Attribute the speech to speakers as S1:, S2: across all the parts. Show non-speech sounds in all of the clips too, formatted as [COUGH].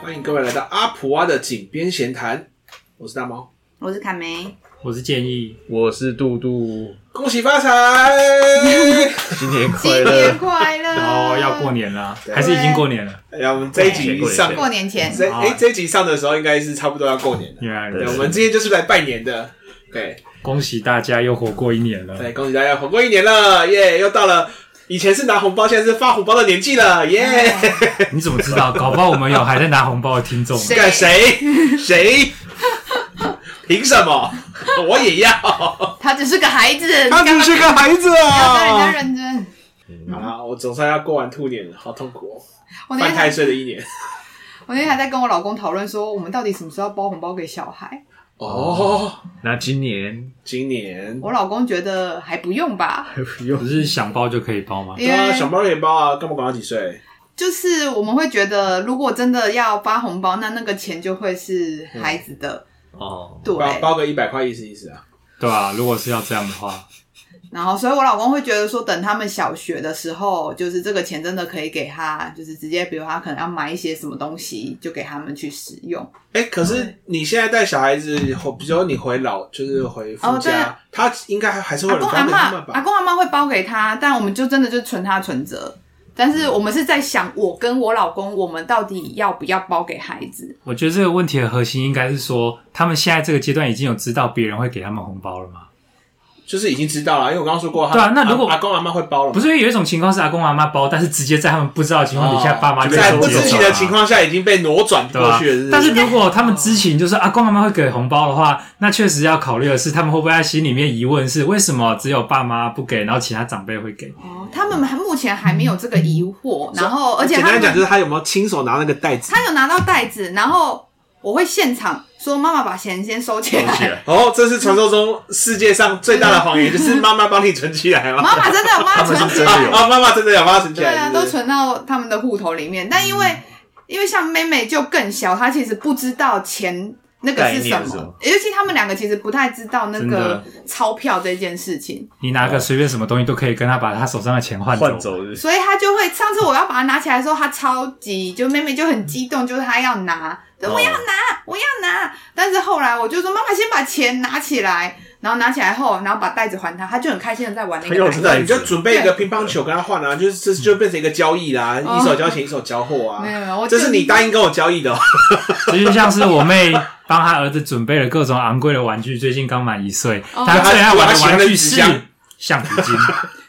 S1: 欢迎各位来到阿普蛙的井边闲谈，我是大猫，
S2: 我是凯梅，
S3: 我是建议，
S4: 我是杜杜，
S1: 恭喜 [LAUGHS] 发财！
S4: 新年
S2: 新
S4: 快
S2: 年
S4: 乐！
S2: 快乐！
S3: 然后要过，年啦，还是已经过年了？
S1: 哎呀，我们这一集上，
S2: 过年前
S1: 这哎、这一集上的时候应该是差不多要过年了。
S3: 原来如
S1: 对，我
S3: 此，
S1: 们今天就是来拜年的。对哎
S3: 恭喜大家又活过一年了。
S1: 对，恭喜大家活过一年了，耶、又到了以前是拿红包，现在是发红包的年纪了，耶、
S3: 你怎么知
S1: [LAUGHS]
S3: 道？搞不好我们有还在拿红包的听众。啊
S2: 谁
S1: 干谁谁？凭什么？ [LAUGHS] 我也要！
S2: 他只是个孩子，
S1: 他只是个孩子
S2: 不要对人家
S1: 啊！
S2: 认真。
S1: 好啦，我总算要过完兔年了，好痛苦哦！
S2: 我那
S1: 犯
S2: 天
S1: 太
S2: 还
S1: 岁的一年
S2: 我那天还在跟我老公讨论说，我们到底什么时候要包红包给小孩？
S1: 哦。
S4: 那今年
S1: 今年
S2: 我老公觉得还不用吧，
S4: 还不用
S3: 不是想包就可以包吗？
S2: 因
S1: 对啊，小
S2: 为
S1: 包也包啊，干嘛管他几岁？
S2: 就是我们会觉得，如果真的要发红包，那那个钱就会是孩子的，
S4: 哦，
S2: 对。
S1: 包包个一百块意思意思啊。
S3: 对啊，如果是要这样的话，
S2: 然后，所以我老公会觉得说，等他们小学的时候，就是这个钱真的可以给他，就是直接，比如他可能要买一些什么东西，就给他们去使用。
S1: 哎、可是你现在带小孩子，或比如说你回老，就是回夫
S2: 哦对
S1: 家，
S2: 啊
S1: 他应该还还是会
S2: 阿
S1: 有人
S2: 公
S1: 帮着他
S2: 阿
S1: 们
S2: 嬷，阿
S1: 吧？
S2: 公阿嬷会包给他，但我们就真的就存他存折。但是我们是在想，我跟我老公，我们到底要不要包给孩子？
S3: 我觉得这个问题的核心应该是说，他们现在这个阶段已经有知道别人会给他们红包了吗？
S1: 就是已经知道了，因为我刚刚说过他，
S3: 对啊那如果
S1: 阿阿公阿妈会包了嘛，
S3: 不是，因为有一种情况是阿公阿妈包，但是直接在他们不知道的情况底下，
S1: 哦
S3: 爸妈就
S1: 在
S3: 收
S1: 不
S3: 接
S1: 知
S3: 走
S1: 情
S3: 了
S1: 的
S3: 啊
S1: 情况下已经被挪转
S3: 对
S1: 过
S3: 吧
S1: 去了，是不？
S3: 但是如果他们知情就是阿公阿妈会给红包的话，那确实要考虑的是，他们会不会在心里面疑问是为什么只有爸妈不给，然后其他长辈会给？
S2: 哦，他们还目前还没有这个疑惑，然后而且
S1: 简
S2: 他
S1: 单
S2: 们
S1: 讲就是他有没有亲手拿那个袋子？
S2: 他有拿到袋子，然后我会现场说妈妈把钱先收起
S4: 恭喜
S2: 来。
S4: 啊！
S1: 哦，这是传说中世界上最大的谎言，就是妈妈帮你存起来吗？
S2: [LAUGHS] 妈妈真的有，妈妈
S4: 他
S2: 存
S4: 们是
S2: 起
S4: 真
S2: 来
S4: 的，
S1: [LAUGHS] 啊，妈妈真的有帮她存起
S2: 对
S1: 来，
S2: 啊，
S1: 是不
S2: 都
S1: 是
S2: 存到他们的户头里面。但因为、
S4: 嗯
S2: 因为像妹妹就更小，她其实不知道钱那个是什
S4: 概念
S2: 么，
S4: 是什么
S2: 尤其他们两个其实不太知道那
S3: 真
S2: 个
S3: 的
S2: 钞票这件事情，
S3: 你拿个随便什么东西都可以跟他把他手上的钱换
S4: 换走日
S2: 所以她就会上次我要把它拿起来的时候，她超级就妹妹就很激动，就是她要拿，就
S4: 哦
S2: 我要拿，我要拿。但是后来我就说妈妈先把钱拿起来，然后拿起来后，然后把袋子还她，她就很开心的在玩那
S4: 她又
S2: 个袋
S4: 是
S2: 子。
S1: 哎那你就准备一个乒乓球跟他换啊，就是这就变成一个交易啦，
S2: 哦
S1: 一手交钱一手交货啊
S2: 没。有没有，我
S1: 这是你答应跟我交易的哦，
S3: 这就像是我妹帮她儿子准备了各种昂贵的玩具，最近刚满一岁，
S2: 哦
S3: 她最爱玩的玩具
S1: 她
S3: 是
S1: 喜欢的纸
S3: 橡皮筋，
S1: [LAUGHS]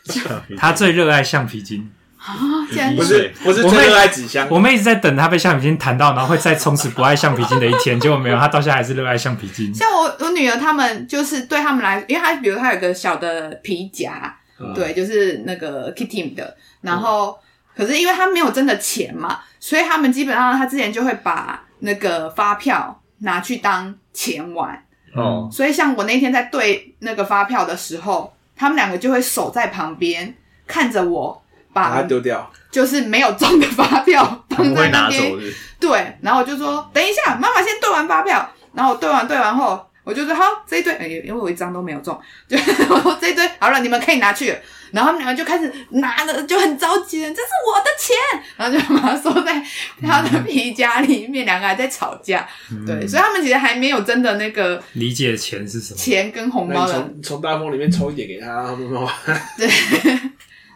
S3: [LAUGHS] 她最热爱橡皮筋。
S2: 啊，竟然
S1: 不
S4: 不
S1: 是
S4: 是
S1: 不是
S3: 我
S1: 最
S3: 妹
S1: 热爱纸箱，
S3: 我妹一直在等她被橡皮筋弹到，然后会再从此不爱橡皮筋的一天，结果没有，她到现在还是热爱橡皮筋。
S2: 像我我女儿她们就是对她们来，因为她比如她有个小的皮夹，
S4: 嗯
S2: 对，就是那个 Kitty 的，然后、可是因为她没有真的钱嘛，所以他们基本上她之前就会把那个发票拿去当钱玩，
S1: 嗯
S3: 嗯
S4: 哦，
S2: 所以像我那天在对那个发票的时候，他们两个就会守在旁边看着我
S1: 把它
S2: 把
S1: 丢掉。
S2: 就是没有中的发票
S4: 他
S2: 放
S4: 们
S2: 在
S4: 会
S2: 那
S4: 拿
S2: 边
S4: 走日
S2: 对，然后我就说等一下，妈妈先对完发票，然后我对完对完后，我就说好这一堆，哎因为我一张都没有中，就我说这一堆好了，你们可以拿去了。然后他们两个就开始拿着，就很着急了，这是我的钱，然后就把它收在他的皮夹里面，两个还在吵架，
S3: 嗯
S2: 对，所以他们其实还没有真的那个
S3: 理解钱是什么？
S2: 钱跟红
S1: 那
S2: 包
S1: 你
S2: 的，
S1: 从从大风里面抽一点给他，慢慢玩
S2: 对，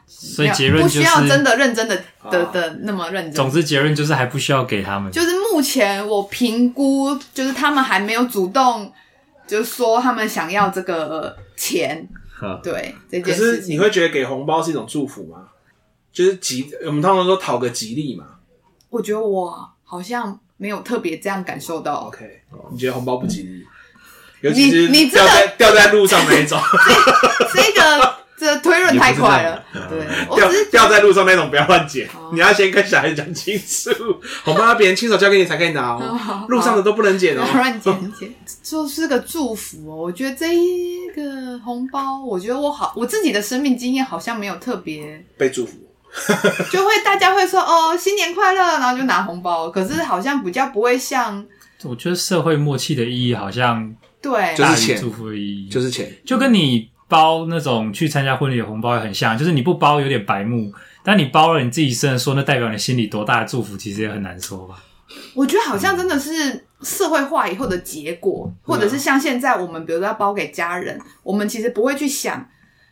S3: 所以结论
S2: 不
S3: 就
S2: 需要真
S3: 是，
S2: 的认真的的
S1: 啊
S2: 的那么认真，
S3: 总之结论就是还不需要给他们。
S2: 就是目前我评估，就是他们还没有主动，就是说他们想要这个钱，
S4: 啊，
S2: 对这
S1: 可
S2: 件事
S1: 是
S2: 情。
S1: 你会觉得给红包是一种祝福吗？就是吉，我们通常说讨个吉利嘛。
S2: 我觉得我好像没有特别这样感受到，哦
S1: OK，你觉得红包不吉利？尤其是
S2: 你这
S1: 掉
S2: 个
S1: 在掉在路上那一种，
S2: 这个 [LAUGHS] 这推论太快了。
S4: 也不是这
S2: 对哦 [LAUGHS]
S4: 样啊
S2: 我
S1: 掉
S2: 只是
S1: 掉在路上那种不要乱捡
S2: 哦，
S1: 你要先跟小孩讲清楚，红包要别人亲手交给你才可以拿
S2: 哦
S1: 哦
S2: 好，
S1: 路上的都不能捡
S2: 不
S1: 哦
S2: 要。乱讲解，就是个祝福哦。我觉得这一个红包，我觉得我好我自己的生命经验好像没有特别，
S1: 被祝福，
S2: 就会大家会说哦新年快乐，然后就拿红包，可是好像比较不会像
S3: 我觉得社会默契的意义好像
S2: 对
S1: 就是
S3: 大于
S1: 钱
S3: 祝福的意义，
S1: 就是是钱。
S3: 就跟你包那种去参加婚礼的红包也很像，就是你不包有点白目，但你包了你自己生日说，那代表你心里多大的祝福，其实也很难说吧。
S2: 我觉得好
S1: 嗯
S2: 像真的是社会化以后的结果，
S1: 啊
S2: 或者是像现在我们比如说要包给家人，我们其实不会去想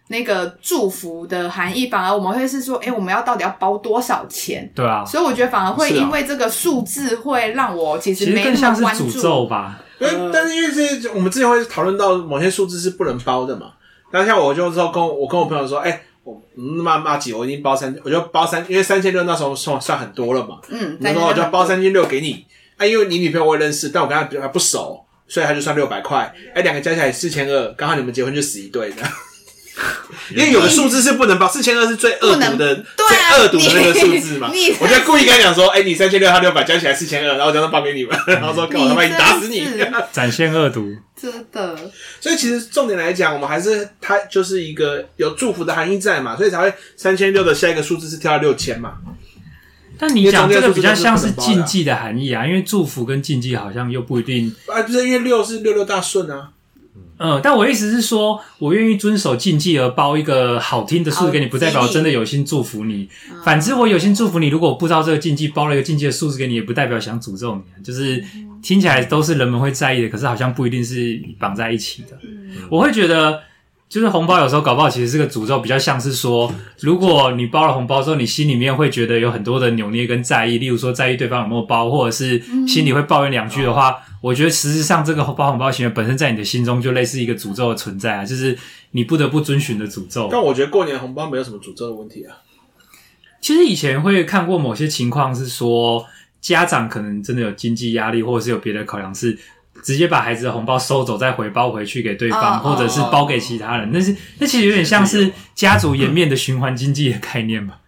S2: 那个祝福的含义，反而我们会是说，
S1: 嗯
S2: 哎、我们要到底要包多少钱？
S3: 对啊，
S2: 所以我觉得反而会
S1: 是啊
S2: 因为这个数字会让我其
S3: 其
S2: 实
S3: 实
S2: 没
S3: 更
S2: 那
S3: 像
S2: 么
S3: 是
S2: 关
S3: 诅咒
S2: 注。
S3: 吧。
S1: 但
S2: 嗯
S1: 但是因为是我们之前会讨论到某些数字是不能包的嘛，那像我就之后跟我我跟我朋友说，哎、我嗯骂骂几，我已经包三，我就包三，因为三千六那时候算算很多了嘛，
S2: 嗯，
S1: 那时候我就包三千六给你，啊，因为你女朋友我也认识，但我跟她比较啊不熟，所以她就算六百块，哎、两个加起来四千二，刚好你们结婚就死一对
S2: [LAUGHS]
S1: 的。因为有个数字是不能包，四千二是最恶毒
S2: 不能
S1: 的，
S2: 对啊
S1: 最恶毒的那个数字嘛
S2: 你你。 [LAUGHS]
S1: 我就故意跟他讲说，哎、你三千六，他六百，加起来四千二，然后我这样包给你们， [LAUGHS] 然后说，干我他妈，你打死你！
S2: 嗯真是
S3: 展现恶毒，
S2: [LAUGHS] 真的，
S1: 所以其实重点来讲，我们还是它就是一个有祝福的含义在嘛，所以才会三千六的下一个数字是跳到六千嘛。
S3: 但你讲这个比较像是禁忌的含义啊，因为祝福跟禁忌好像又不一定。
S1: 啊，不是因为六是六六大顺啊，
S3: 嗯，但我意思是说，我愿意遵守禁忌而包一个好听的数字给你，
S2: 好
S3: 不代表我真的有心祝福你。反之，我有心祝福你，如果我不知道这个禁忌，包了一个禁忌的数字给你，也不代表想诅咒你啊。就是听起来都是人们会在意的，可是好像不一定是绑在一起的。我会觉得。就是红包有时候搞不好其实是个诅咒，比较像是说，如果你包了红包之后，你心里面会觉得有很多的扭捏跟在意，例如说在意对方有没有包，或者是心里会抱怨两句的话，我觉得实质上这个包红包行为本身在你的心中就类似一个诅咒的存在啊，就是你不得不遵循的诅咒。
S1: 但我觉得过年红包没有什么诅咒的问题啊。
S3: 其实以前会看过某些情况是说，家长可能真的有经济压力，或者是有别的考量是。直接把孩子的红包收走，再回包回去给对方，
S2: 哦哦
S3: 或者是包给其他人。那是那其实有点像是家族颜面的循环经济的概念吧。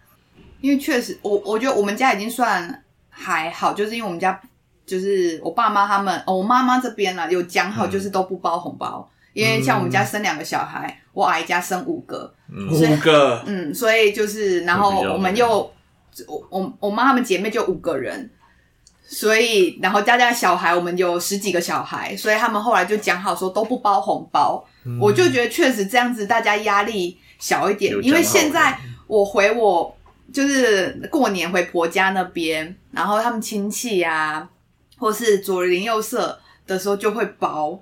S2: 因为确实，我我觉得我们家已经算还好，就是因为我们家就是我爸妈他们，哦、我妈妈这边啦有讲好，就是都不包红包，因为像我们家生两个小孩，我阿姨家生五个，是
S1: 五个，
S2: 嗯，所以就是然后我们又我我我妈他们姐妹就五个人。所以，然后加加小孩，我们有十几个小孩，所以他们后来就讲好说都不包红包，
S4: 嗯
S2: 我就觉得确实这样子大家压力小一点
S4: 有，
S2: 因为
S4: 讲好
S2: 现在我回我就是过年回婆家那边，然后他们亲戚啊，或是左邻右舍的时候就会包，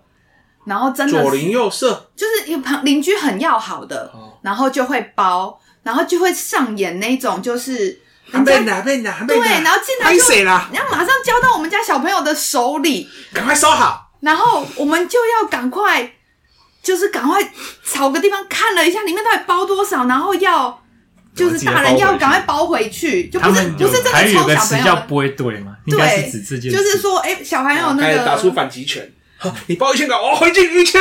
S2: 然后真的是
S1: 左邻右舍，
S2: 就是一旁邻居很要好的，
S1: 哦
S2: 然后就会包，然后就会上演那种就是
S1: 还
S2: 人
S1: 啊被
S2: 家
S1: 拿被拿，
S2: 对，然后进来
S1: 拍
S2: 就
S3: 啊
S1: 谁啦？
S2: 然后马上交到我们家小朋友的手里，
S1: 赶快收好，
S2: 然后我们就要赶快，就是赶快找个地方看了一下里面到底包多少，然后要就是大人要赶快包回去，就
S3: 他
S2: 不是
S3: 们
S2: 不
S3: 有
S2: 是真
S3: 还
S2: 的
S3: 有
S2: 抽
S3: 个
S2: 小
S3: 词
S2: 朋
S3: 叫
S2: 友
S3: “
S2: 的，
S3: 不会对”嘛，应该
S2: 对
S3: 是指这，件事。
S2: 就是说，哎、小朋友
S1: 哦开
S2: 那
S1: 始
S2: 个
S1: 打出反击拳。哦你包一千个，我回敬一千。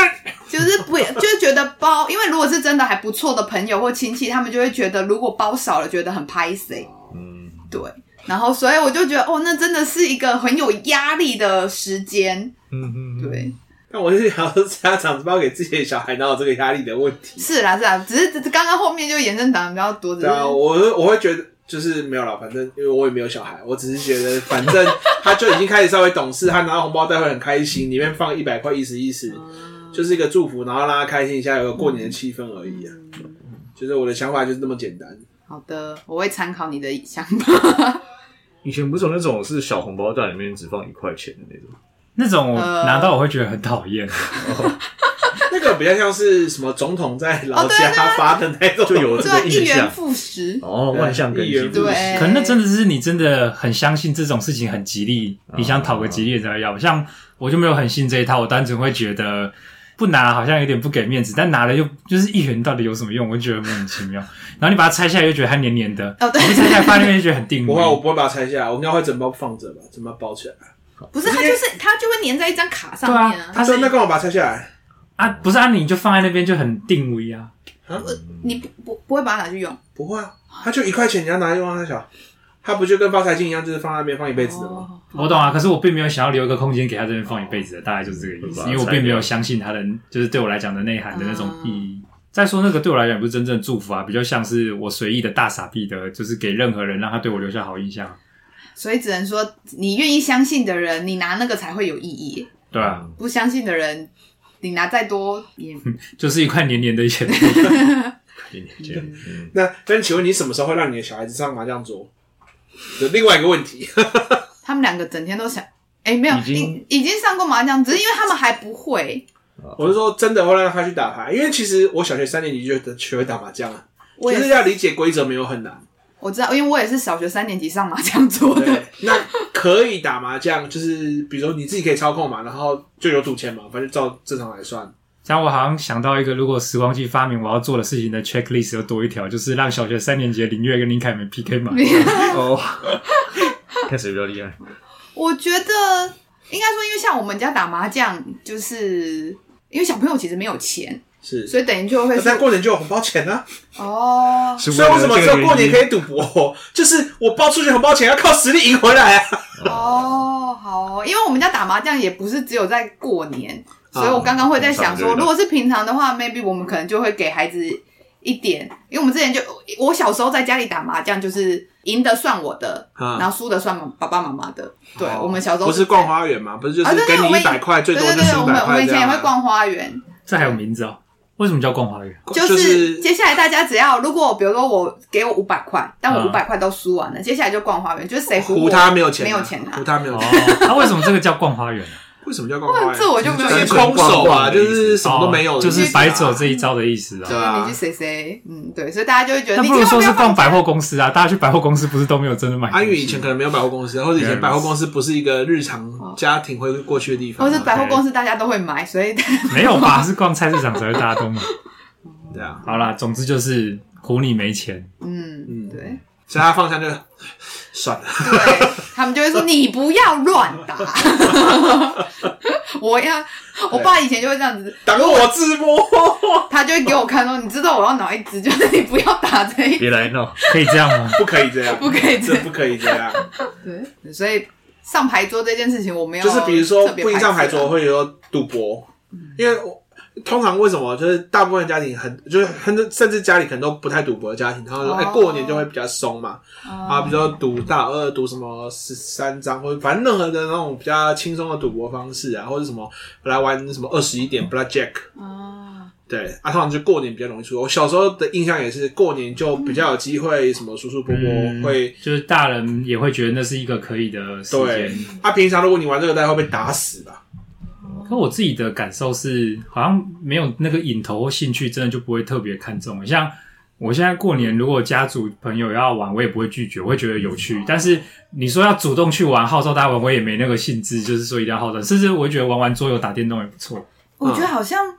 S2: 就是不就是觉得包，因为如果是真的还不错的朋友或亲戚，他们就会觉得如果包少了，觉得很拍谁。
S4: 嗯，
S2: 对，然后所以我就觉得，哦，那真的是一个很有压力的时间。
S4: 嗯嗯，
S2: 对，
S1: 那我就是想说，家长包给自己的小孩，哪有这个压力的问题？
S2: 是啦是啦，只是只是刚刚后面就延伸党比较多，只
S1: 对啊，
S2: 是
S1: 我我会觉得就是没有了，反正因为我也没有小孩，我只是觉得反
S2: [LAUGHS]
S1: 正他就已经开始稍微懂事，他拿到红包袋会很开心，里面放一百块意思意思，
S2: 嗯
S1: 就是一个祝福，然后让他开心一下，有个过年的气氛而已啊。
S2: 嗯
S1: 就是我的想法就是这么简单。
S2: 好的，我会参考你的想法。 [LAUGHS]
S4: 以前不是有那种是小红包袋里面只放一块钱的那种，
S1: 哦
S3: 那种我
S2: 呃
S3: 拿到我会觉得很讨厌。
S1: 那个比较像是什么总统在老
S2: 哦对
S1: 家
S2: 对对
S1: 发的那种，
S4: 就有这个
S2: 对，一
S4: 印
S2: 元
S4: 象。
S2: 复始。
S4: 哦，万象更
S1: 一元
S4: 新，
S1: 复
S2: 对，
S3: 可能那真的是你真的很相信这种事情很吉利，你想讨个吉利的才会要。像我就没有很信这一套，我单纯会觉得不拿好像有点不给面子，但拿了又就是一元到底有什么用？我就觉得莫名其妙。 [LAUGHS] 然后你把它拆下来又觉得它黏黏的，
S2: 哦对
S3: 你不拆下来放在那边就觉得很定
S1: 不
S3: 位
S1: 会，。啊我不会把它拆下来，我们家会整包放着吧，整包包起来。
S2: 不是，它就是它就会粘在一张卡上
S3: 对
S2: 面
S3: 啊，
S2: 啊。
S3: 它是
S1: 所以那干嘛把它拆下来？
S3: 啊，不是啊，你就放在那边就很定位啊。
S2: 你不不不会把它拿去用
S1: 不会啊，它就一块钱，你要拿来用啊，它小，它不就跟发财金一样，就是放在那边放一辈子的吗？
S2: 哦，
S3: 我懂啊，可是我并没有想要留一个空间给他这边放一辈子的，大概就是这个意思，
S4: 嗯
S3: 因为我并没有相信他的，就是对我来讲的内涵的那种意
S1: 啊
S3: 义。再说那个对我来讲也不是真正的祝福啊，比较像是我随意的大傻逼的，就是给任何人让他对我留下好印象，
S2: 所以只能说你愿意相信的人，你拿那个才会有意义；
S1: 嗯
S3: 对啊，
S2: 不相信的人，你拿再多也
S3: 就是一块黏黏的钱。
S4: 一年见，嗯，
S1: 那但请问你什么时候会让你的小孩子上麻将桌？有另外一个问题，
S2: 他们两个整天都想，哎、没有，
S4: 已
S2: 已
S4: 经
S2: 已经上过麻将，只是因为他们还不会。
S1: 我是说真的会让他去打牌，因为其实我小学三年级就学会打麻将了，
S2: 我
S1: 就是
S2: 也是，
S1: 要理解规则没有很难。
S2: 我知道，因为我也是小学三年级上麻将桌
S1: [LAUGHS]
S2: 的
S1: 对。，那可以打麻将，就是比如说你自己可以操控嘛，然后就有赌钱嘛，反正照正常来算。
S3: 像我好像想到一个，如果时光机发明，我要做的事情的 checklist 又多一条，就是让小学三年级的林月跟林凯美 PK
S1: [LAUGHS]
S3: 嘛。
S4: 哦，看谁比较厉害。
S2: 我觉得应该说，因为像我们家打麻将，就是因为小朋友其实没有钱，
S1: 是，
S2: 所以等于就会
S1: 那在
S2: 是
S1: 过年就有红包钱啊，
S2: 哦，
S4: 是
S1: 所以为什么只
S4: 这个
S1: 有过年
S4: 原
S1: 可
S4: 因
S1: 以赌博？就是我包出去红包钱要靠实力赢回来啊。
S2: 哦，好哦，因为我们家打麻将也不是只有在过年，
S1: 啊
S2: 所以我刚刚会在想
S4: 平
S2: 说，
S4: 常就有
S2: 如果是平常的话，maybe 我们可能就会给孩子一点，因为我们之前就我小时候在家里打麻将，就是赢的算我的，
S1: 啊
S2: 然后输的算妈爸爸妈妈的。对，
S1: 哦
S2: 我们小时候
S1: 不是逛花园嘛？不是就
S2: 啊
S1: 是
S2: 对
S1: 给
S2: 对我
S1: 你
S2: 们
S1: 一百块，最
S2: 对
S1: 多
S2: 对
S1: 就
S2: 对，
S1: 是
S2: 我
S1: 一
S2: 们
S1: 百
S2: 我
S1: 块
S2: 们以
S1: 这
S2: 前也
S1: 样啊。
S2: 会逛花园，
S3: 这还有名字哦？为什么叫逛花园？
S1: 哦
S2: 就是接下来大家只要如果比如说我给我五百块，但我
S3: 嗯
S2: 五百块都输完了，接下来就逛花园，就是谁
S1: 啊胡
S2: 我
S1: 他没有钱啊，
S2: 没有钱啊
S1: 胡他没有
S3: 哦
S1: 钱。，
S3: 那为什么这个叫逛花园啊？
S1: 为什么叫逛花园？
S2: 这我就没有
S1: 就是
S2: 研究
S1: 空手啊，
S4: 逛的意
S1: 就
S4: 思
S1: 是什么都没有的
S3: 哦
S1: 意
S3: 就
S1: 思啊，
S3: 是白走这一招的意思
S2: 就
S3: 啊。
S1: 对
S2: 是
S1: 啊
S2: 你去谁谁，嗯，对，所以大家就会觉得
S3: 那
S2: 你
S3: 不如
S2: 千万
S3: 说
S2: 不
S3: 是
S2: 要
S3: 逛
S2: 放
S3: 百货公司啊，大家去百货公司不是都没有真的买东西？
S1: 安宇以前可能没有百货公司，或者以前百货公司不是一个日常家庭会过去的地方
S2: 或
S1: 啊，
S2: 是百货公司大家都会买，所以
S3: 没有吧？是逛菜市场才会大家都买。
S1: 对啊，
S3: 好啦，总之就是唬你没钱，
S2: 嗯，
S1: 嗯，
S2: 对
S1: 所以他放下就 [LAUGHS] 算了，
S2: 对，他们就
S1: [LAUGHS]
S2: 会说你不要乱打，我要我爸以前就会这样子，
S1: 挡我自摸，
S2: 他就会给我看说，你知道我要哪一只，就是你不要打这一，
S4: 别来闹，
S3: 可以这样吗？ [LAUGHS]
S1: 不可以这样，
S2: 不可以这
S1: 这
S2: 样
S1: 不可以这样，
S2: 对，所以上牌桌这件事情我 [LAUGHS] 没有，
S1: 就是比如说不一定上牌
S2: 啊
S1: 桌，，会有赌博，
S2: 嗯
S1: 因为我通常为什么就是大部分家庭很就是很甚至家里可能都不太赌博的家庭，然后说
S2: 哦
S1: 哎、过年就会比较松嘛，啊，
S2: 啊
S1: 比如说赌大二、赌什么十三张，或者反正任何的那种比较轻松的赌博方式啊，或者什么来玩什么二十一点 blackjack，
S2: 啊，
S1: 对，啊，通常就过年比较容易出。我小时候的印象也是，过年就比较有机会，什么叔叔伯伯会、
S3: 就是大人也会觉得那是一个可以的时
S1: 对
S3: 间。。
S1: 啊，平常如果你玩这个，大概会被打死吧？
S3: 可我自己的感受是，好像没有那个瘾头或兴趣，真的就不会特别看重。像我现在过年，如果家族朋友要玩，我也不会拒绝，我会觉得有趣。但是你说要主动去玩，号召大家玩，我也没那个兴致，就是说一定要号召。甚至我觉得玩玩桌游、打电动也不错。
S2: 我觉得好像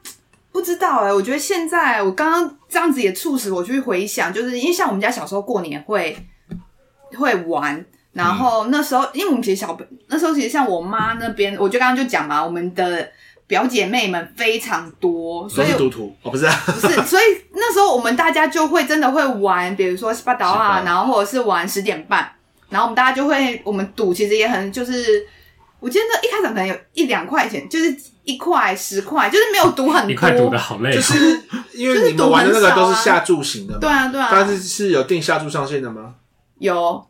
S2: 不知道哎、我觉得现在我刚刚这样子也促使我去回想，就是因为像我们家小时候过年会会玩。然后那时候，因为我们其实小那时候其实像我妈那边，我就刚刚就讲嘛，我们的表姐妹们非常多，所
S1: 都
S2: 以
S1: 是赌徒哦，不是、 [LAUGHS] 啊，
S2: 不是， [LAUGHS] 所以那时候我们大家就会真的会玩，比如说十八岛
S4: 十八
S2: 啊
S4: 岛，
S2: 然后或者是玩十点半，然后我们大家就会我们赌，其实也很就是，我记得那一开始可能有一两块钱，就是一块十块，就是没有赌很多，
S3: 你快赌的好累、
S1: 就
S3: 哦，
S1: 是因为你们玩的那个都是下注型的嘛，
S2: 对啊对啊，
S1: 但是是有定下注上限的吗？
S2: 有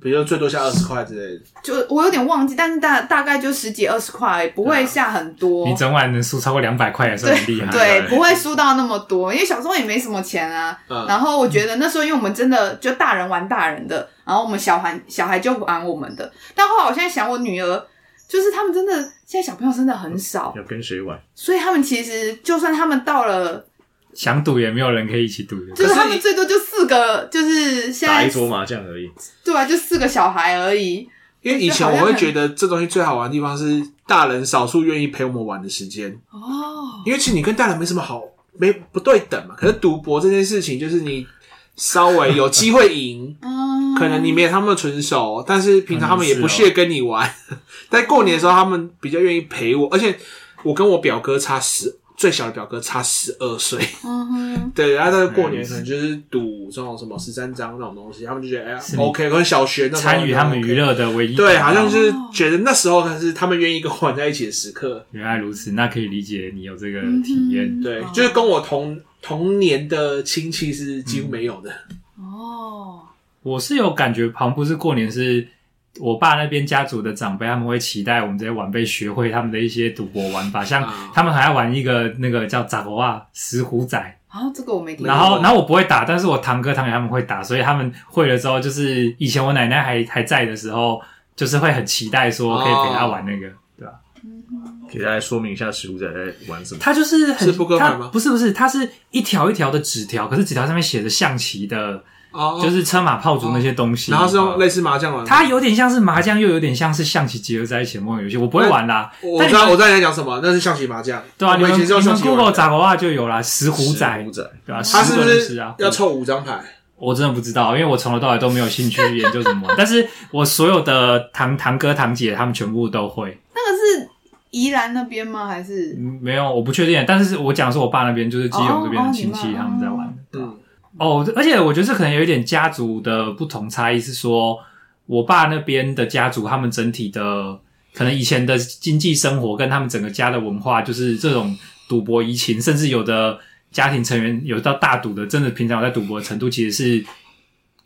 S1: 比如说最多下二十块之类的，
S2: 就我有点忘记，但是大大概就十几二十块，不会下很多。
S3: 你整晚能输超过两百块也算很厉害。啊
S2: 对，不会输到那么多，因为小时候也没什么钱啊。
S1: 嗯
S2: 然后我觉得那时候，因为我们真的就大人玩大人的，然后我们小孩小孩就玩我们的。但后来我现在想，我女儿就是他们真的现在小朋友真的很少，
S4: 要跟谁玩？
S2: 所以他们其实就算他们到了，
S3: 想赌也没有人可以一起赌的。
S2: 就
S1: 可
S2: 是
S1: 是
S2: 他
S1: 你
S2: 们最多就四个，就是现
S4: 打
S2: 在
S4: 一桌麻将而已。
S2: 对啊，就四个小孩而已。
S1: 因为以前我会觉得这东西最好玩的地方是大人少数愿意陪我们玩的时间。
S2: 哦，，
S1: 因为其实你跟大人没什么好，没不对
S3: 嗯
S1: 等嘛。可是赌博这件事情，就是你稍微有机会赢
S2: 嗯，
S1: 可能你没有他们的纯熟，但是平常他们也
S3: 嗯是哦
S1: 不屑跟你玩。 [LAUGHS] 但过年的时候，他们比较愿意陪我，而且我跟我表哥差十，最小的表哥差十二岁。 [LAUGHS]
S2: 嗯哼，
S1: 对，然后在过年
S3: 嗯
S1: 可能就是赌这种什么十三张那种东西，他们就觉得哎呀
S3: 是你
S1: OK，可能小学那时候
S3: 参与他们娱。乐的唯一
S1: 对，好像就是觉得那时候才是他们愿意跟我玩在一起的时刻。
S3: 原来如此，那可以理解你有这个体验。
S2: 嗯
S1: 对
S2: 哦，
S1: 就是跟我同同年的亲戚是几乎没有的。
S2: 哦，
S3: 我是有感觉，好像不是过年是我爸那边家族的长辈，他们会期待我们这些晚辈学会他们的一些赌博玩法，像
S1: 啊
S3: 他们还要玩一个那个叫杂博啊石虎仔，
S2: 啊，这个我没听过。
S3: 然后，然后我不会打，但是我堂哥堂姐他们会打，所以他们会了之后，就是以前我奶奶还还在的时候，就是会很期待说可以
S1: 哦
S3: 陪她玩那个，对吧？
S4: 给大家说明一下石虎仔在玩什么。
S3: 它就是很
S1: 是扑克牌吗
S3: 它不是不是，它是一条一条的纸条，可是纸条上面写着象棋的，
S1: 哦，
S3: 就，是车马炮竹那些东西。
S1: 然后是用类似麻将玩的。
S3: 它有点像是麻将，又有点像是象棋结合在一起的某种游戏。我不会玩啦，
S1: 我
S3: 但
S1: 知
S3: 你们
S1: 道我知道你在讲什么，那是象棋麻将。
S3: 对啊，
S1: 哦我
S3: 你
S1: 们以
S3: 们
S1: 前
S3: 你
S1: 是用象
S3: 们
S1: 棋玩
S3: Google
S1: 的。
S3: 杂娃就有啦，石虎
S4: 石
S3: 仔
S4: 虎，仔，
S3: 对吧？
S1: 他
S3: 石
S1: 是
S3: 个
S1: 不
S3: 人是
S1: 是
S3: 啊，
S1: 要凑五张牌？
S3: 我真的不知道，因为我从头到尾都没有兴趣研究怎么玩。但是我所有的堂堂哥堂姐他们全部都会，
S2: 那个是宜兰那边吗？还是
S3: 嗯没有我不确定。但是我讲的是我爸那边，就是基隆这边的亲
S2: 哦哦
S3: 戚
S2: 你爸
S3: 他们在玩的。对吧
S1: 嗯，
S3: 哦，而且我觉得这可能有一点家族的不同差异，是说我爸那边的家族，他们整体的可能以前的经济生活跟他们整个家的文化，就是这种赌博移情，甚至有的家庭成员有到大赌的，真的平常有在赌博的程度，其实是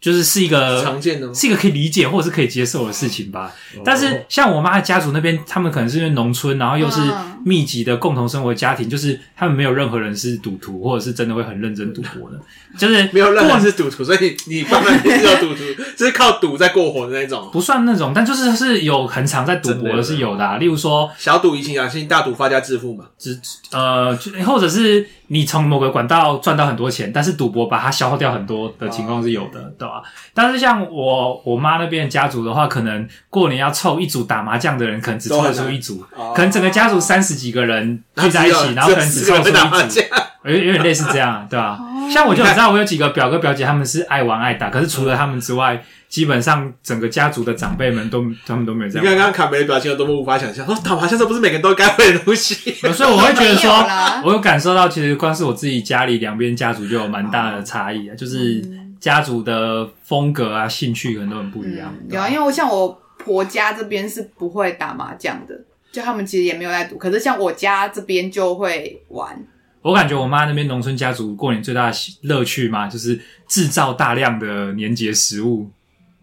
S3: 就是是一个
S1: 常见的吗
S3: 是一个可以理解或者是可以接受的事情吧。但是像我妈的家族那边，他们可能是因为农村，然后又是
S2: 嗯
S3: 密集的共同生活家庭，就是他们没有任何人是赌徒，或者是真的会很认真赌博的，就是
S1: 没有任
S3: 过
S1: 何是赌徒，所以你爸爸也是有赌徒， [LAUGHS] 是靠赌在过活的那种。
S3: 不算那种，但就是是有很常在赌博的是有的、啊，例如说
S1: 小赌怡情养性，大赌发家致富嘛。
S3: 只呃，就或者是你从某个管道赚到很多钱，但是赌博把它消耗掉很多的情况是有的，
S1: 嗯
S3: 对吧、但是像我我妈那边的家族的话，可能过年要凑一组打麻将的人，可能只凑得出一组，
S1: 哦
S3: 可能整个家族三十几个人聚在一起，然后可能只凑
S1: 啊有
S3: 出
S1: 打麻
S3: 一组
S1: 将，，
S3: 有有点类似这样，对吧、
S2: 哦
S3: 像我就知道，我有几个表哥表姐，他们是爱玩爱打，可是除了他们之外，基本上整个家族的长辈们都他们都没有这
S1: 你
S3: 样玩。
S1: 看刚刚卡梅的表情有多么无法想象，说哦打麻将这不是每个人都该会的东西。
S3: 所以我会觉
S2: 没
S3: 得说
S2: 有啦，
S3: 我有感受到，其实光是我自己家里两边家族就有蛮大的差异啊，就是
S2: 嗯
S3: 家族的风格啊、兴趣可能都很不一样。
S2: 嗯，
S3: 对
S2: 有
S3: 吧
S2: 啊，因为我像我婆家这边是不会打麻将的，就他们其实也没有在赌，可是像我家这边就会玩。
S3: 我感觉我妈那边农村家族过年最大的乐趣嘛，就是制造大量的年节食物。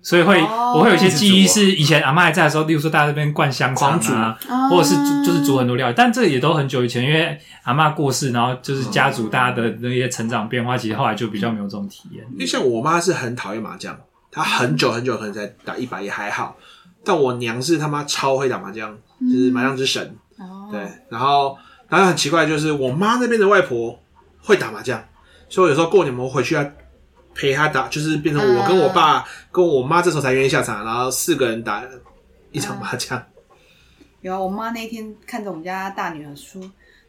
S3: 所以会，
S2: 哦
S3: 我会有一些记忆是以前阿妈还在的时候，例如说大家这边灌香肠
S1: 狂煮
S3: 啊，
S2: 啊
S3: 或者是煮就是煮很多料理，但这也都很久以前，因为阿妈过世，然后就是家族大家的那些成长变化，其实后来就比较没有这种体验。
S1: 因为像我妈是很讨厌麻将，她很久很久可能才打一把也还好，但我娘是他妈超会打麻将，就是麻将之神。
S2: 哦
S1: 对，然后然后很奇怪，就是我妈那边的外婆会打麻将，所以我有时候过年我回去要陪她打，就是变成我跟我爸、跟我妈这时候才愿意下场，然后四个人打一场麻将。
S2: 有啊，我妈那天看着我们家大女儿说：“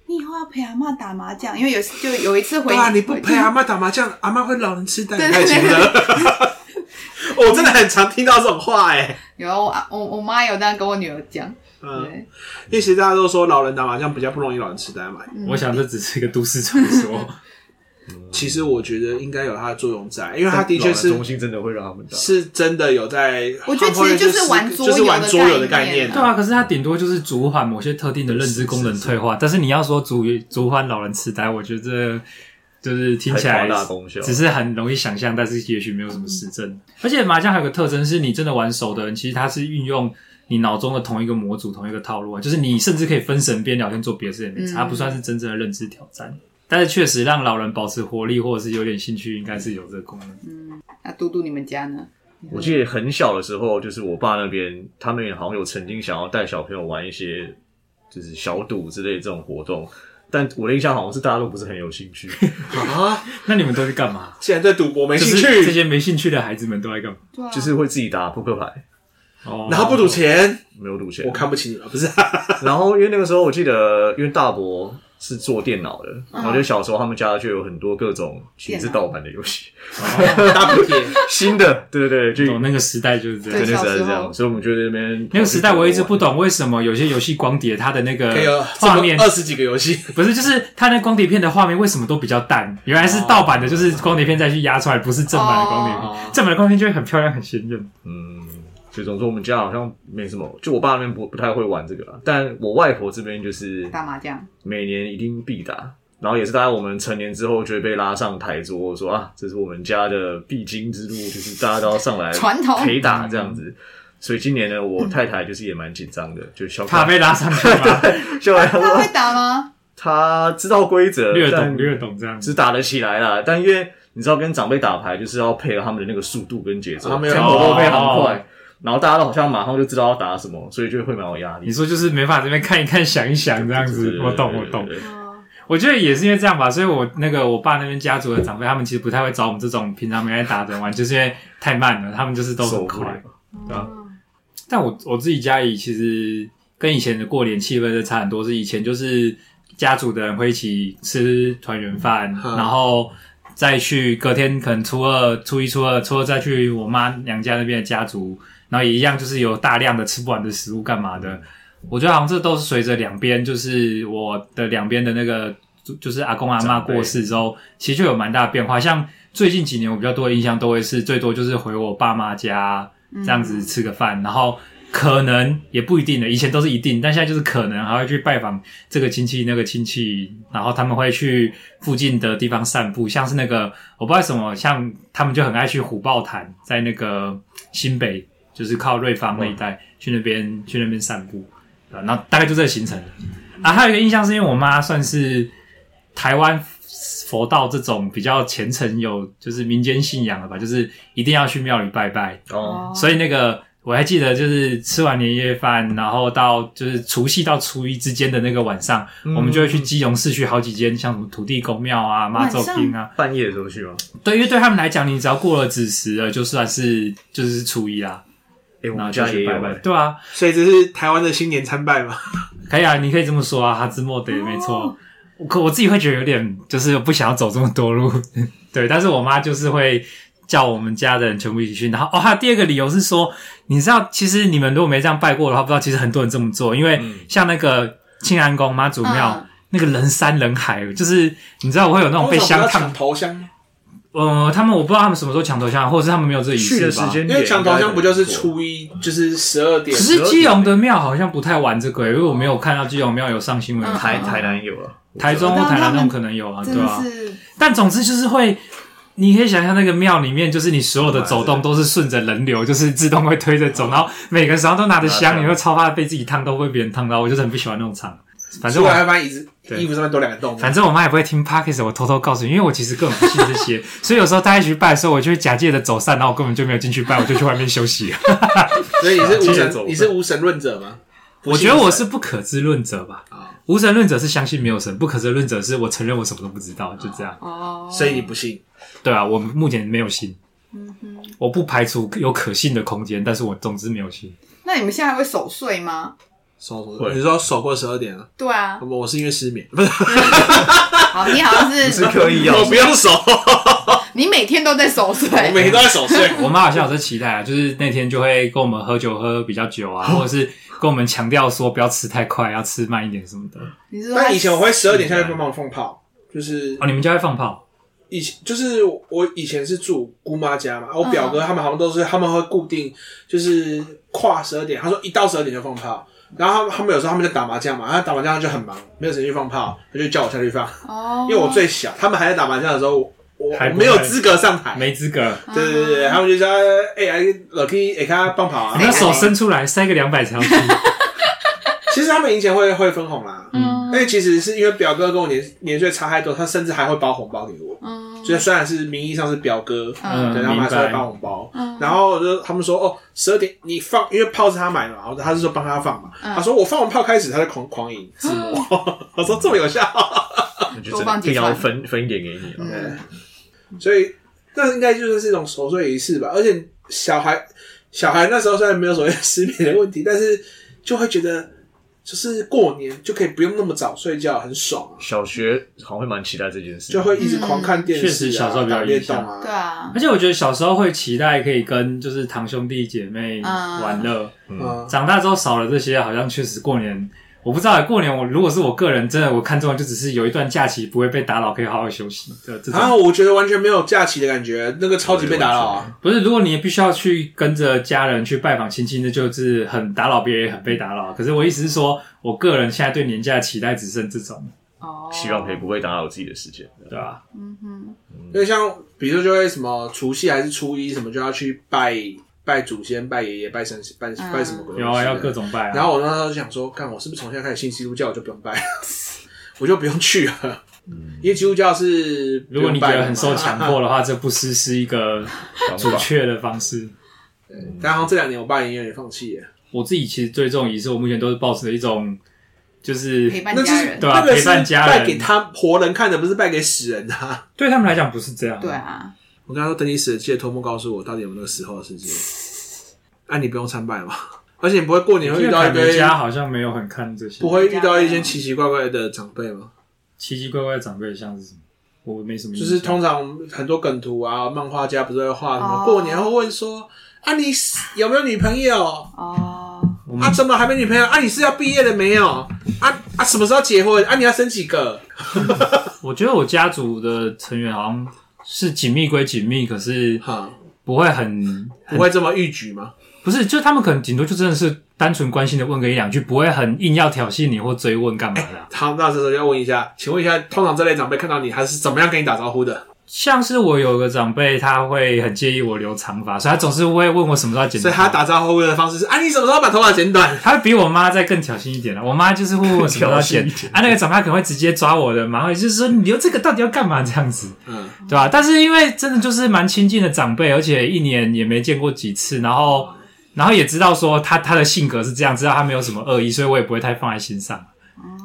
S2: 你以后要陪阿妈打麻将，因为有就有一次回
S1: 爸，啊你不陪阿妈打麻将，阿妈会老人痴呆，你太轻了。 [LAUGHS] 我真的很常听到这种话哎、
S2: [LAUGHS] 有啊我啊我我妈有这样跟我女儿讲，
S1: 嗯，
S2: 对，
S1: 因为其实大家都说老人打麻将比较不容易老人痴呆嘛，
S2: 嗯
S3: 我想这只是一个都市传说。
S1: 其实我觉得应该有它的作用在，因为它的确是
S4: 中心真的会让他们打。
S1: 是真的有在，
S2: 我觉得其实
S1: 就
S2: 就是玩桌游的
S1: 就是玩桌游的概
S2: 概念
S1: 念
S2: 啊
S1: 啊
S3: 对啊，可是它顶多就是阻缓某些特定的认知功能退化，但是你要说阻阻缓老人痴呆，我觉得就是听起来
S4: 太夸大功效
S3: 只是很容易想象，但是也许没有什么实证。而且麻将还有个特征是，你真的玩熟的人，其实他是运用你脑中的同一个模组、同一个套路啊，就是你甚至可以分神边聊天做别的事也没差，
S2: 嗯
S3: 它不算是真正的认知挑战。但是确实让老人保持活力或者是有点兴趣，应该是有这个功能。
S2: 那嘟嘟你们家呢？
S4: 我记得很小的时候，就是我爸那边，他们也好像有曾经想要带小朋友玩一些就是小赌之类的这种活动，但我的印象好像是大家都不是很有兴趣。
S1: 啊！
S3: 那你们都在干嘛？
S1: 既然对赌博没
S3: 就
S1: 兴
S3: 是这
S1: 趣，
S3: 些没兴趣的孩子们都在干嘛？
S2: 对啊，
S4: 就是会自己打扑克牌，
S3: 哦
S1: 然后不赌钱，
S4: 没有赌钱。
S1: 我看不起你们，不是啊？
S4: 然后因为那个时候我记得，因为大伯是做电脑的，然后就小时候他们家就有很多各种其实是盗版的游戏，
S1: 大补贴，
S4: 新的，对对对，就
S3: 懂那个时代就是这样。
S4: 对那时
S2: 小
S4: 候是
S2: 时候
S4: 这样，所以我们就在那边
S3: 那个时代我一直不懂为什么有些游戏光碟它的那
S1: 可以
S3: 个
S1: 有
S3: 呃画面
S1: 二十几个游
S3: [LAUGHS]
S1: 戏，
S3: 不是，就是它那光碟片的画面为什么都比较淡？原来是盗版的，就是光碟片再去压出来，不是正版的光碟片。
S1: 哦
S3: 正版的光碟片就会很漂亮、很鲜艳。
S4: 嗯，所以总之我们家好像没什么，就我爸那边不不太会玩这个啦，但我外婆这边就是
S2: 打麻将，
S4: 每年一定必打，然后也是大概我们成年之后就会被拉上台
S2: [LAUGHS]
S4: 桌说啊，这是我们家的必经之路，就是大家都要上来
S2: 传统嗯
S4: 陪打这样子。所以今年呢，我太太就是也蛮紧张的，就小
S3: 怕
S4: 卡
S3: 被拉上去
S4: [LAUGHS]
S3: 吗？
S4: 就来
S2: 他
S4: 说
S2: 会打吗？
S4: 她知道规则，
S3: 略
S4: 但
S3: 懂略懂这样
S4: 只
S3: 子，
S4: 打得起来啦。但因为你知道，跟长辈打牌就是要配合他们的那个速度跟节奏，
S1: 啊没有
S4: tempo 都非常
S3: 哦
S4: 快，然后大家都好像马上就知道要打什么，所以就会蛮有压力
S3: 你。说就是没法这边看一看、想一想这样
S4: 对
S3: 子，
S4: 对
S3: 我懂，
S4: 对
S3: 我
S4: 对
S3: 懂
S4: 对。对
S2: 哦
S3: 我觉得也是因为这样吧，所以我那个我爸那边家族的长辈，他们其实不太会找我们这种平常没来打的人玩，就是因为太慢了，他们就是都
S4: 受
S3: 很
S4: 不了
S3: 快。啊但我我自己家里其实跟以前的过年气氛是差很多，是以前就是家族的人会一起吃团圆饭，
S1: 嗯
S3: 然后再去隔天可能初二、初一、初二、初二再去我妈娘家那边的家族，然后也一样就是有大量的吃不完的食物干嘛的。我觉得好像这都是随着两边，就是我的两边的那个，就就是阿公阿妈
S4: 长辈
S3: 过世之后，其实就有蛮大的变化。像最近几年，我比较多的印象都会是最多就是回我爸妈家
S2: 嗯
S3: 这样子吃个饭，然后可能也不一定的，以前都是一定，但现在就是可能还会去拜访这个亲戚那个亲戚，然后他们会去附近的地方散步，像是那个我不知道为什么，像他们就很爱去虎豹潭，在那个新北，就是靠瑞芳那一带，去那边去那边散步。啊，然后大概就这个行程啊。还有一个印象是因为我妈算是台湾佛道这种比较虔诚有就是民间信仰的吧，就是一定要去庙里拜拜，
S4: 哦，
S2: 哦
S3: 所以那个。我还记得，就是吃完年夜饭，然后到就是除夕到初一之间的那个晚上，
S4: 嗯
S3: 我们就会去基隆市区好几间，像什么土地公庙啊、妈祖厅啊，
S4: 半夜的时候去吗？
S3: 对，因为对他们来讲，你只要过了子时了，就算是就是初一啦，
S4: 哎，我
S3: 然后
S4: 们
S3: 就
S4: 家也
S3: 去
S4: 有
S3: 拜拜。
S4: 欸，
S3: 对啊，
S1: 所以这是台湾的新年参拜嘛？
S3: 可以啊，你可以这么说啊，哈兹莫德没错。我可我自己会觉得有点，就是不想要走这么多路， [LAUGHS] 对。但是我妈就是会叫我们家的人全部一起去。然后哦，还有第二个理由是说，你知道，其实你们如果没这样拜过的话，不知道其实很多人这么做，因为
S4: 嗯
S3: 像那个庆安宫妈祖庙、
S2: 嗯
S3: 那个人山人海，就是你知道我会有那种被香
S1: 通常不要抢，
S3: 烫
S1: 头香吗，
S3: 呃，他们我不知道他们什么时候抢头香，或者是他们没有这个仪式
S4: 去的时
S3: 吧
S4: 间
S1: 因为抢头香不就是
S4: 出？
S1: 初一，就是十二点
S3: 可？是基隆的庙好像不太玩这个、因为我没有看到基隆庙有上新闻。
S2: 嗯
S4: 台台南有啊，
S3: 台中
S2: 我
S3: 或
S2: 知道
S3: 台南
S2: 他
S3: 那
S2: 们
S3: 种可能有啊，
S2: 真
S3: 对
S2: 的
S3: 啊。
S2: 是
S3: 但总之就是会，你可以想象那个庙里面，就是你所有的走动都是顺着人流，就是自动会推着走，然后每个人手上都拿着
S4: 拿
S3: 香，
S4: 着
S3: 你会超怕被自己烫到，会被别人烫到，我就是很不喜欢那种场。反正
S1: 出来
S3: 我
S1: 还发现椅子
S3: 对
S1: 衣服上面多两个洞。
S3: 反正我妈也不会听 Parkes，我偷偷告诉你，因为我其实根本不信这 [LAUGHS] 些，所以有时候大家一起去拜的时候，我就会假借着走散，然后我根本就没有进去拜，我就去外面休息了。
S1: 所以你是无
S4: 接着走
S1: 神，你是无神论者吗？
S3: [LAUGHS] 我觉得我是不可知论者吧
S1: 啊，
S3: 无神论者是相信没有神，不可知论者是我承认我什么都不知道，就这样。
S2: 哦，
S1: 所以你不信。
S3: 对啊，我目前没有信。我不排除有可信的空间，但是我总之没有信。
S2: 那你们现在还会守岁吗？
S1: 守
S4: 会
S1: 你说守过十二点啊？
S2: 对啊，
S1: 我是因为失眠，不是
S2: 好，你 [LAUGHS] 好像
S4: 是
S2: 是哦
S4: 刻意
S1: [LAUGHS]
S4: 要
S1: 我 [LAUGHS] 不用守，
S2: 你每天都在守岁，
S1: 我每天都在守岁。
S3: 我妈好像有这期待啊，就是那天就会跟我们喝酒喝比较久啊，或者是跟我们强调说不要吃太快，要吃慢一点什么的。
S2: 你是说
S1: [LAUGHS] 但以前我会十二点下去帮忙放炮，就是
S3: 哦，你们家会放炮？
S1: 以前就是我以前是住姑妈家嘛，我表哥他们好像都是他们会固定就是跨十二点，他说一到十二点就放炮，然后他们他们有时候他们在打麻将嘛，然后打麻将就很忙，没有时间去放炮，他就叫我下去放，
S2: 哦，
S1: 因为我最小，他们还在打麻将的时候，我我
S3: 还不
S1: 没有
S3: 会
S1: 资格上台。
S3: 没资格，
S1: 对对对对，他们就说哎哎，老 K 哎，看他帮跑啊
S3: 你。要手伸出来塞个两百才要进。
S1: 其实他们赢钱会会分红啦，
S2: 嗯
S1: 因为其实是因为表哥跟我年年岁差太多，他甚至还会包红包给我。
S2: 嗯
S1: 就是虽然是名义上是表哥，
S2: 嗯
S1: 对，
S3: 嗯，
S1: 他们
S3: 明
S1: 还是会
S3: 白。
S1: 包红包。
S2: 嗯
S1: 然后就他们说哦，十二点你放，因为炮是他买的嘛，然后他是说帮他放嘛。
S2: 嗯
S1: 他说我放完炮开始，他就狂狂赢自
S2: [LAUGHS]
S1: 我。我说这么有效，
S4: 就
S2: 多
S4: 真
S2: 放
S4: 的
S2: 几
S4: 定要
S2: 串
S4: 分分一点给你啊。
S2: 嗯
S1: 所以那应该就是一种守岁仪式吧。而且小孩小孩那时候虽然没有所谓失眠的问题，但是就会觉得就是过年就可以不用那么早睡觉，很爽啊，
S4: 小学好像会蛮期待这件事，
S1: 就会一直
S2: 嗯
S1: 狂看电视、啊，
S3: 确实小时候比较
S1: 打电
S3: 影响
S1: 动啊，
S2: 对啊
S3: [LAUGHS] 而，且我觉得小时候会期待可以跟就是堂兄弟姐妹
S2: 嗯
S3: 玩乐，
S1: 嗯，
S3: 长大之后少了这些，好像确实过年，我不知道欸过年我如果是我个人，真的我看中的就只是有一段假期不会被打扰，可以好好休息的这
S1: 然后
S3: 种。
S1: 啊我觉得完全没有假期的感觉，那个超级被打扰啊。
S3: 不是，如果你必须要去跟着家人去拜访亲戚，那就是很打扰别人，也很被打扰。可是我意思是说，我个人现在对年假的期待只剩这种，
S2: 哦，
S4: 希望可以不会打扰自己的时
S1: [LAUGHS]
S4: 间。
S3: 对吧、
S2: 嗯哼，
S1: 因为像比如说就会什么除夕还是初一什么就要去拜拜拜祖先、拜爷爷、拜神、拜
S2: 嗯
S1: 拜什么鬼东西的？
S3: 有啊，要各种拜啊。
S1: 然后我那时候就想说，看我是不是从现在开始信基督教，我就不用拜了， [LAUGHS] 我就不用去了，因为基督教是不
S3: 嗯如果
S1: 用
S3: 你觉
S1: 拜
S3: 得
S1: 的
S3: 很
S1: 嘛
S3: 受强，迫的话，这不失是一
S1: [LAUGHS]
S3: 个准
S4: 法
S3: 确的方式。
S1: 但好像这两年我爸也有点放弃了。
S3: 我自己其实对这种仪式，我目前都是保持着一种，就是
S2: 陪伴
S1: 那就
S2: 家
S1: 是
S2: 人，
S3: 对啊
S1: 那个
S3: 陪
S1: 是
S3: 伴家人
S1: 拜给他活人看的，不是拜给死人的啊、
S3: 对他们来讲不是这样。
S2: 对，啊，
S1: 我跟他说，等你死了，记得托梦告诉我到底有没有那个时候的事情。 [LAUGHS] 啊，你不用参拜嘛， [LAUGHS] 而且你不会过年会遇
S3: 因为
S1: 到
S3: 凯
S1: 一
S3: 美
S1: 堆，
S3: 家好像没有很看这些，
S1: 不会遇到一些奇奇怪怪的长辈吗？
S3: 奇奇怪怪的长辈像是什么，我没什么印
S1: 就
S3: 象。
S1: 是通常很多梗图啊，漫画家不是会画什么、
S2: 哦
S1: 过年会问说啊，你有没有女朋友？
S2: 哦，
S3: 我们
S1: 啊，怎么还没女朋友？啊，你是要毕业了没有？啊啊，什么时候结婚？啊，你要生几个？
S3: 我觉得我家族的成员好像是紧密归紧密，可是
S1: 哈，
S3: 不会很
S1: 不会这么逾矩吗？
S3: 不是，就他们可能顶多就真的是单纯关心的问个一两句，不会很硬要挑衅你或追问干嘛的啊、
S1: 好，那这时候要问一下，请问一下，通常这类长辈看到你，他是怎么样跟你打招呼的？
S3: 像是我有个长辈，他会很介意我留长发，所以他总是会问我什么时候要剪头
S1: 所
S3: 发。
S1: 以他打招呼的方式是啊，你什么时候把头发剪短？
S3: [LAUGHS] 他会比我妈再更挑衅一点了。我妈就是会问我什么时候要剪
S4: 更挑衅一点
S3: 啊，那个长辈可能会直接抓我的马尾，就是说你留这个到底要干嘛这样子，
S1: 嗯，
S3: 对吧、但是因为真的就是蛮亲近的长辈，而且一年也没见过几次，然后然后也知道说他他的性格是这样，知道他没有什么恶意，所以我也不会太放在心上。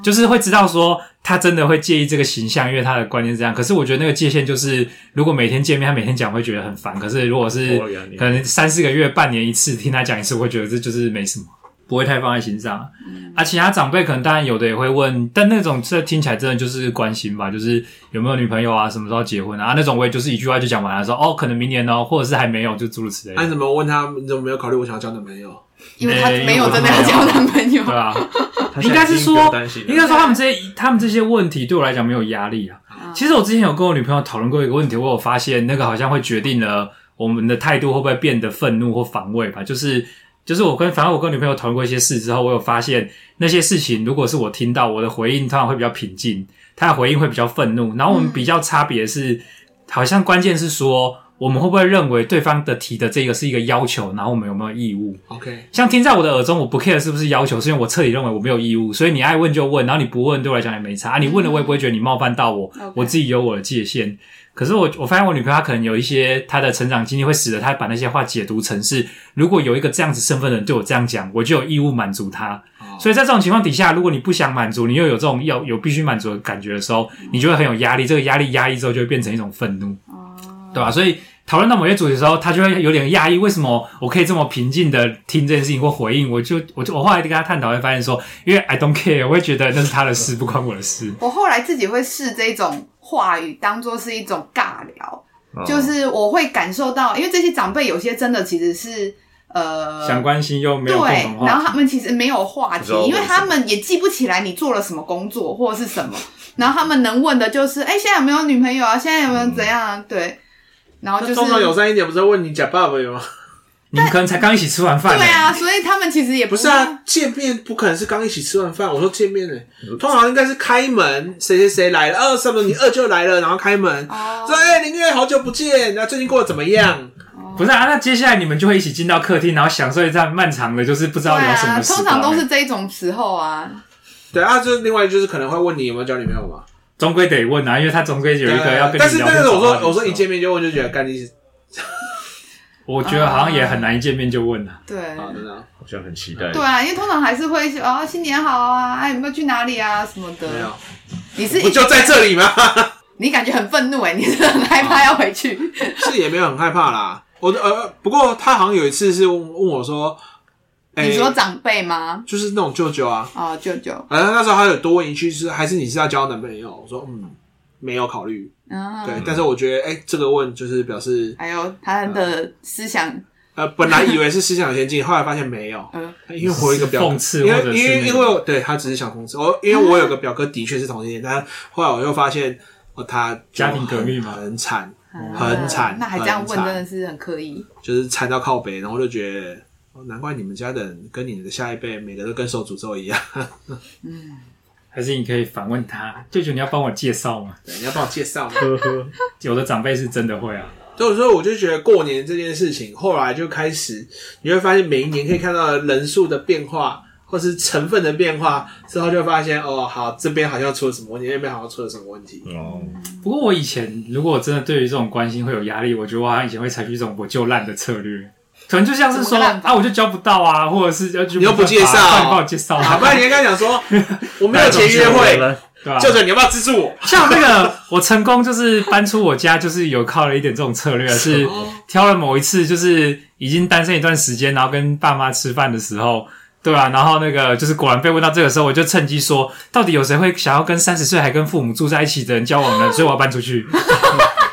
S3: 就是会知道说他真的会介意这个形象，因为他的观念是这样。可是我觉得那个界限就是，如果每天见面，他每天讲会觉得很烦。可是如果是
S4: 偶尔两年
S3: 可能三四个月、半年一次听他讲一次，我会觉得这就是没什么，不会太放在心上。啊，其他长辈可能当然有的也会问，但那种这听起来真的就是关心吧，就是有没有女朋友啊，什么时候结婚啊？啊那种我也就是一句话就讲完了，说哦，可能明年哦，或者是还没有，就诸如此类
S1: 那、你
S3: 的，
S4: 啊
S1: 怎么问他？你怎么没有考虑我想要交男朋友？
S2: 因为他
S3: 哎
S2: 没有
S3: 我
S2: 真的要
S3: 没有
S2: 交男朋友
S3: 对，啊吧、
S4: 他
S3: 应
S4: 现
S3: 该
S4: 在
S3: 是
S4: 已经不用
S3: 说
S4: 担心，了
S3: 应该说他们这些他们这些问题对我来讲没有压力啊。其实我之前有跟我女朋友讨论过一个问题，我有发现那个好像会决定了我们的态度会不会变得愤怒或防卫吧。就是就是我跟反正我跟女朋友讨论过一些事之后，我有发现那些事情如果是我听到，我的回应通常会比较平静，她的回应会比较愤怒。然后我们比较差别是，好像关键是说我们会不会认为对方的提的这个是一个要求，然后我们有没有义务？
S1: OK，
S3: 像听在我的耳中，我不 care 是不是要求，是因为我彻底认为我没有义务，所以你爱问就问，然后你不问对我来讲也没差。啊、你问了我也不会觉得你冒犯到我，
S2: OK
S3: 我自己有我的界限。可是我我发现我女朋友她可能有一些她的成长经历，会使得她把那些话解读成是，如果有一个这样子身份的人对我这样讲，我就有义务满足他。
S1: 哦
S3: 所以在这种情况底下，如果你不想满足，你又有这种要有必须满足的感觉的时候，你就会很有压力。这个压力压抑之后，就会变成一种愤怒。对吧、所以讨论到某些主题的时候，他就会有点讶异，为什么我可以这么平静的听这件事情或回应？我就我就我后来跟他探讨，会发现说，因为 I don't care，我会觉得那是他的事，不关我的事。
S2: 我后来自己会视这种话语当做是一种尬聊，
S3: 哦
S4: 嗯
S2: 就是我会感受到，因为这些长辈有些真的其实是呃
S3: 想关心又没有共同
S2: 对，然
S3: 话
S2: 后他们其实没有话
S4: 不
S2: 题
S4: 知道，
S2: 因为
S4: 为什么
S2: 他们也记不起来你做了什么工作或者是什么，然后他们能问的就是，哎、现在有没有女朋友啊？现在有没有怎样啊？对，然后就
S1: 那
S2: 是
S1: 通常友善一点，不是问你假爸爸有
S2: [LAUGHS]
S1: 吗？
S3: 你们可能才刚一起吃完饭、
S2: 对啊，，所以他们其实也
S1: 不是啊，见面不可能是刚一起吃完饭。我说见面呢、通常应该是开门，谁谁谁来了，二什么你二舅来了，然后开门，
S2: 哦
S1: 说哎、林月好久不见，那最近过得怎么样？
S3: 不是啊，那接下来你们就会一起进到客厅，然后享受一段漫长的，就是不知
S2: 对
S3: 道聊什么
S2: 啊，
S3: 的时
S2: 通
S3: 光、
S2: 常都是这种时候啊，
S1: 对啊，就是另外就是可能会问你有没有交女朋友嘛。
S3: 终归得问啊，因为他终归有一个要跟你聊天
S1: 但是但是我
S3: 讲话的时
S1: 说
S3: 候
S1: 我说一见面就问就觉得干你
S3: 我觉得好像也很难一见面就问啊。
S2: 对。
S1: 啊真的啊
S4: 好像很期待。
S2: 对啊，因为通常还是会说啊、新年好啊，哎、有没有去哪里啊什么
S1: 没有
S2: 的。，你是
S1: 不就在这里吗？
S2: 你感觉很愤怒哎、你是很害怕要回去。
S1: 是也没有很害怕啦。我的呃，不过他好像有一次是问问我说，哎
S2: 你说长辈吗？
S1: 就是那种舅舅啊，
S2: 哦，舅舅，
S1: 反正那时候他有多问一句是，还是你是要交男朋友？我说嗯，没有考虑。
S2: 嗯，
S1: 对，但是我觉得哎、这个问就是表示
S2: 还有他的
S1: 嗯
S2: 思想，
S1: 呃，本来以为是思想有先进，后来发现没有，
S2: 嗯，
S1: 因为我有一个表
S3: 讽刺
S1: 因
S3: 或者
S1: 为
S3: 是
S1: 因为
S3: 那
S1: 因
S3: 种
S1: 为我对他只是想讽刺我，因为我有个表哥的确是同性恋，但后来我又发现哦，他就
S3: 家庭革命
S1: 很
S3: 吗
S1: 很惨，
S2: 啊
S1: 很惨，
S2: 那还这样
S1: 很
S2: 问，
S1: 惨
S2: 真的是很刻意。
S1: 就是惨到靠北，然后就觉得，哦难怪你们家的人跟你的下一辈每个都跟受诅咒一样。
S3: 还是你可以反问他，舅舅，你要帮我介绍吗？
S1: [LAUGHS] 对你要帮我介绍吗？
S4: 呵呵，
S3: 有的长辈是真的会啊，
S1: 所以所以我就觉得过年这件事情，后来就开始你会发现每一年可以看到的人数的变化，或是成分的变化之后，就发现哦，好，这边好像出了什么问题，那边好像出了什么问
S3: [LAUGHS]
S1: 题。
S4: 哦，
S3: 不过我以前如果真的对于这种关心会有压力，我觉得我好像以前会采取一种我就烂的策略，可能就像是
S2: 怎么
S3: 说
S2: 个烂法
S3: 啊我就教不到啊，或者是要去
S1: 你又不介绍
S3: 帮我介绍
S1: 啊，
S3: 啊，
S1: 不然你应该讲说我没有钱约会，
S3: 对啊吧、
S1: 舅舅你要不要资助 [LAUGHS] 我？
S3: 像那个我成功就是搬出我家，就是有靠了一点这种策略，是挑了某一次就是已经单身一段时间，然后跟爸妈吃饭的时候。对啊，然后那个就是果然被问到这个时候，我就趁机说，到底有谁会想要跟三十岁还跟父母住在一起的人交往呢？所以我要搬出去，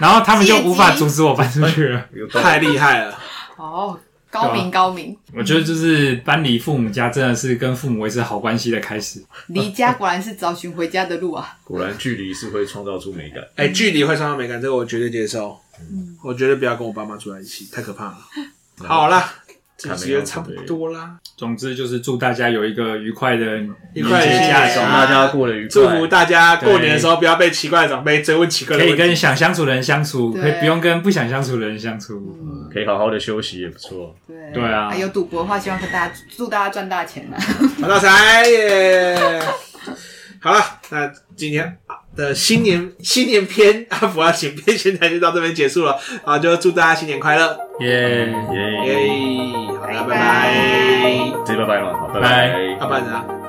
S3: 然后他们就无法阻止我搬出去了。
S4: 有道理
S1: 太厉害了，啊
S2: 哦，高明高明，
S3: 我觉得就是搬离父母家，真的是跟父母维持好关系的开始。
S2: 离家果然是找寻回家的路啊！
S4: 果然距离是会创造出美感。
S1: 哎、
S3: 嗯
S1: 距离会伤到美感，这个我绝对接受。我绝对不要跟我爸妈住在一起，太可怕了。好啦，这集也差不多啦，
S3: 总之就是祝大家有一个愉快的
S1: 愉快的
S3: 年节假
S1: 年
S3: 期
S1: 节
S4: 希望
S1: 啊
S4: 大家过得愉快，
S1: 祝福大家过年的时候不要被奇怪的长辈追问奇怪的
S3: 可以
S1: 问
S3: 跟
S1: 题。
S3: 想相处的人相处，
S2: 对
S3: 可以不用跟不想相处的人相处。
S4: 可以好好的休息也不错。
S2: 对
S3: 对啊
S2: 有赌博的话，希望跟大家祝大家赚大钱啊！
S1: 好大财耶！好了，那今天的新年新年篇阿福要请 [LAUGHS] 篇现在就到这边结束了啊，就祝大家新年快乐
S3: 耶、
S4: 耶，
S1: 耶！好了，拜
S2: 拜拜
S1: 拜。啊
S4: 直接拜拜嘛，好拜
S3: 拜
S1: 阿爸呢？